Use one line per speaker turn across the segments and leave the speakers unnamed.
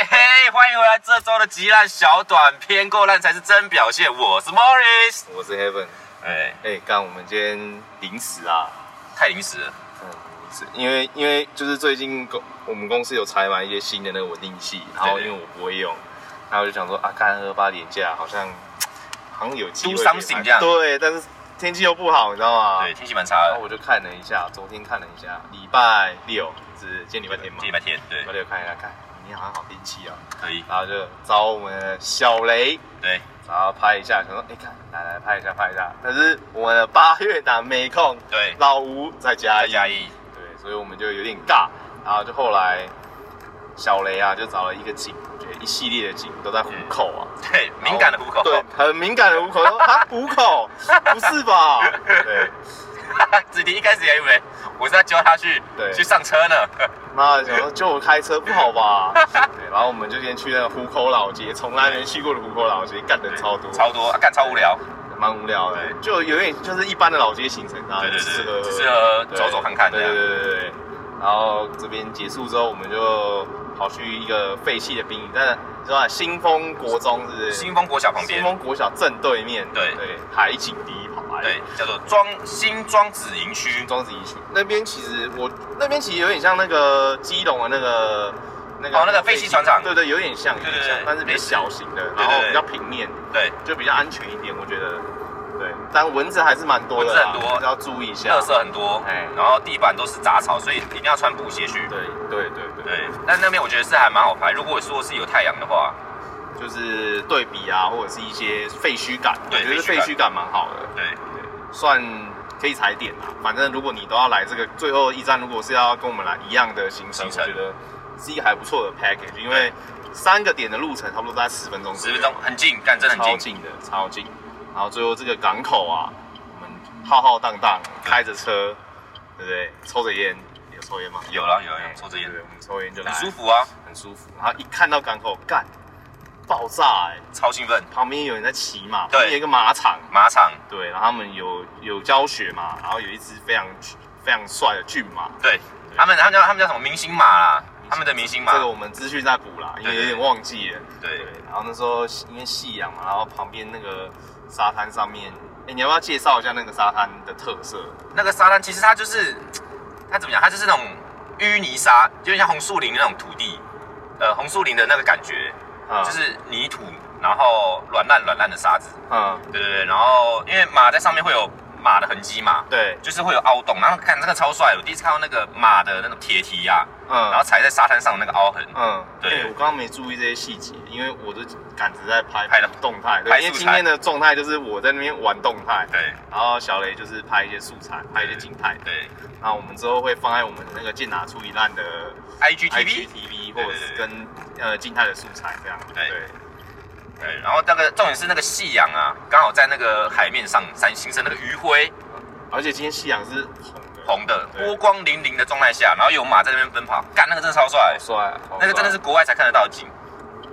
欢迎回来，这周的极烂小短片，够烂才是真表现。我是 Morris，
我是 Heaven。
哎，
哎，刚我们今天临时啊，
太临时了，
嗯，是因为因为就是最近公我们公司有采买一些新的那个稳定器，然后
对对
因为我不会用，然后我就想说啊，看二八廉价好像好像有机会
Do
可以买
something 这样
对，但是天气又不好，你知道吗？
对，。天气蛮差
然后
的，
啊我就看了一下，昨天看了一下，礼拜六是今天礼拜天嘛，
这礼拜天，对
礼拜，六看一下，看明天好像好天气啊，
可以，
然后就找我们的小雷
对，
然后拍一下，想说，哎、看，来来拍一下，拍一下。但是我们的八月党没空，
对
老吴在家
大
里，
家一，
对，所以我们就有点尬。然后就后来小雷啊，就找了一个景，我觉得一系列的景都在虎口啊，
对，敏感的虎口，
对，，很敏感的虎口，说啊，虎口，不是吧？对，
子婷一开始也以为我是在教他去
对
去上车呢，
妈的，想说就我开车不好吧？对，然后我们就先去那个虎口老街，从来没去过的虎口老街，干人超 多，
超多，啊干超无聊，
蛮无聊的，
对
就有点就是一般的老街行程啊，
对对
吃
对，
喝
只是呃
对
走走看看这
对对
样，
对对对。然后这边结束之后，我们就跑去一个废弃的兵营，但是吧，新丰国中是不是？
新丰国小旁边
新，丰国小正对面，
对
对，海景第一排，
对，，叫做庄新庄子营区，
庄子一区那边其实我那边其实有点像那个基隆的那个那个
哦那个废弃船厂
对对，有点像，有
对对
点像
对，
但是比较
类似
小型的，
对
然后
对
比较平面，
对，
就比较安全一点，我觉得。对，但蚊子还是蛮多的啦，
蚊子很多
还是要注意一下。
垃圾很多，
哎
然后地板都是杂草，所以一定要穿布鞋去。
对对对对，
对，但那边我觉得是还蛮好拍。如果说是有太阳的话，
就是对比啊，或者是一些废墟感，我
对
觉得
废
废
墟感
墟感蛮好的，
对
算可以踩点啊。反正如果你都要来这个最后一站，如果是要跟我们来一样的行程，我
行程
觉得是一个还不错的 package，因为三个点的路程差不多在十分钟
十
左右，
分钟很近，干真的
超
很近。
近的，超近。然后最后这个港口啊，我们浩浩荡荡开着车，对不对？抽着烟，有抽烟吗？
有啦有啦有
哎
抽着烟
对，我们抽烟就来
很舒，服啊，
很舒服。然后一看到港口，干，爆炸哎、
超兴奋。
旁边有人在骑马，
对
旁边有一个马场，
马场，
对，然后他们有有教学嘛，然后有一只非常非常帅的骏马，
对他们，他们叫他们叫什么明星马啦，他们的明星马
这。个我们资讯在补啦，因为有点忘记了。
对，
然后那时候因为夕阳嘛，然后旁边那个沙滩上面，哎，你要不要介绍一下那个沙滩的特色？
那个沙滩其实它就是，它怎么讲？它就是那种淤泥沙，就像红树林的那种土地，呃，红树林的那个感觉，
嗯
就是泥土，然后软烂软烂的沙子。
嗯，
对对对，然后因为马在上面会有马的痕迹嘛，
对，
就是会有凹洞，然后看这个超帅，我第一次看到那个马的那种铁蹄啊呀、
嗯，
然后踩在沙滩上的那个凹痕，
嗯，
对
诶我刚刚没注意这些细节，因为我都赶着在拍
拍了
动态，对
拍
因为
素
今
材
天的状态就是我在那边玩动态，
对
然后小雷就是拍一些素材，拍一些静态。
对
那我们之后会放在我们那个健达出一烂的
，IGTV，
IGTV，或
对
者是跟呃静态的素材这样。
对对，然后那个重点是那个夕阳啊，刚好在那个海面上闪形成那个余晖，
而且今天夕阳是红的，
红的
对
波光粼粼的状态下，然后有马在那边奔跑，干那个真的超帅
好，帅啊，好帅
那个真的是。国外才看得到的景，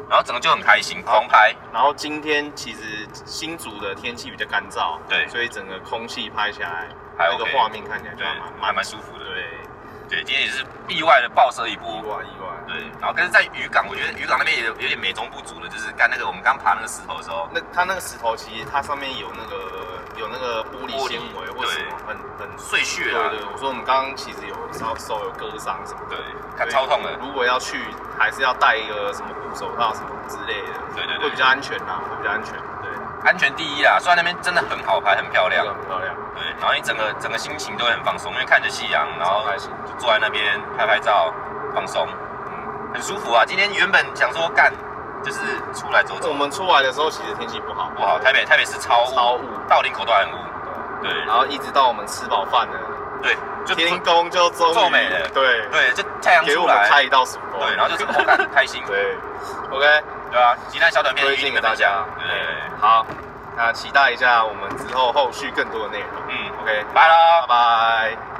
然后整个就很开心，狂拍，
然后今天其实新竹的天气比较干燥，
对
所以整个空气拍起来，
还
那个
OK
画面看起来就
对
还蛮，
还蛮舒服的，嗯对，今天也是意外的爆射一
意
波。
外意外。
对，然后但是在渔港，我觉得渔港那边也有有点美中不足的，就是干那个我们刚爬那个石头的时候，
那它那个石头其实它上面有那个有那个玻璃
玻璃
纤维或者什么很很
碎
对
屑啊，
对，我说我们刚刚其实有稍手有割伤什么的，
对，看超痛的，
如果要去，还是要戴一个什么护手套什么之类的，
对对对
会比较安全啦，会比较安全。对，
安全第一啦。啊虽然那边真的很好拍，很漂
这
亮
个，很漂亮，
对，然后你整个整个心情都会很放松，因为看着夕阳，然后
超开心。
就坐在那边拍拍照，放松，
嗯，
很舒服啊。今天原本想说干，就是出来走
我
走，
们出来的时候其实天气不好，
不好，台北台北是超雾，
哦超雾，
到林口都很雾，对
然后一直到我们吃饱饭了，
对，就
天公就终于
皱眉了
对，
对，就太阳
给
出
我们
来，
开一道曙光。
对，然后就是我感开心，
对，OK，
对啊，极难小短片
推
与你
荐给
们
大
分
家
享，。对，
好，那期待一下我们之后后续更多的内容。
嗯，
OK，
拜喽
拜。拜。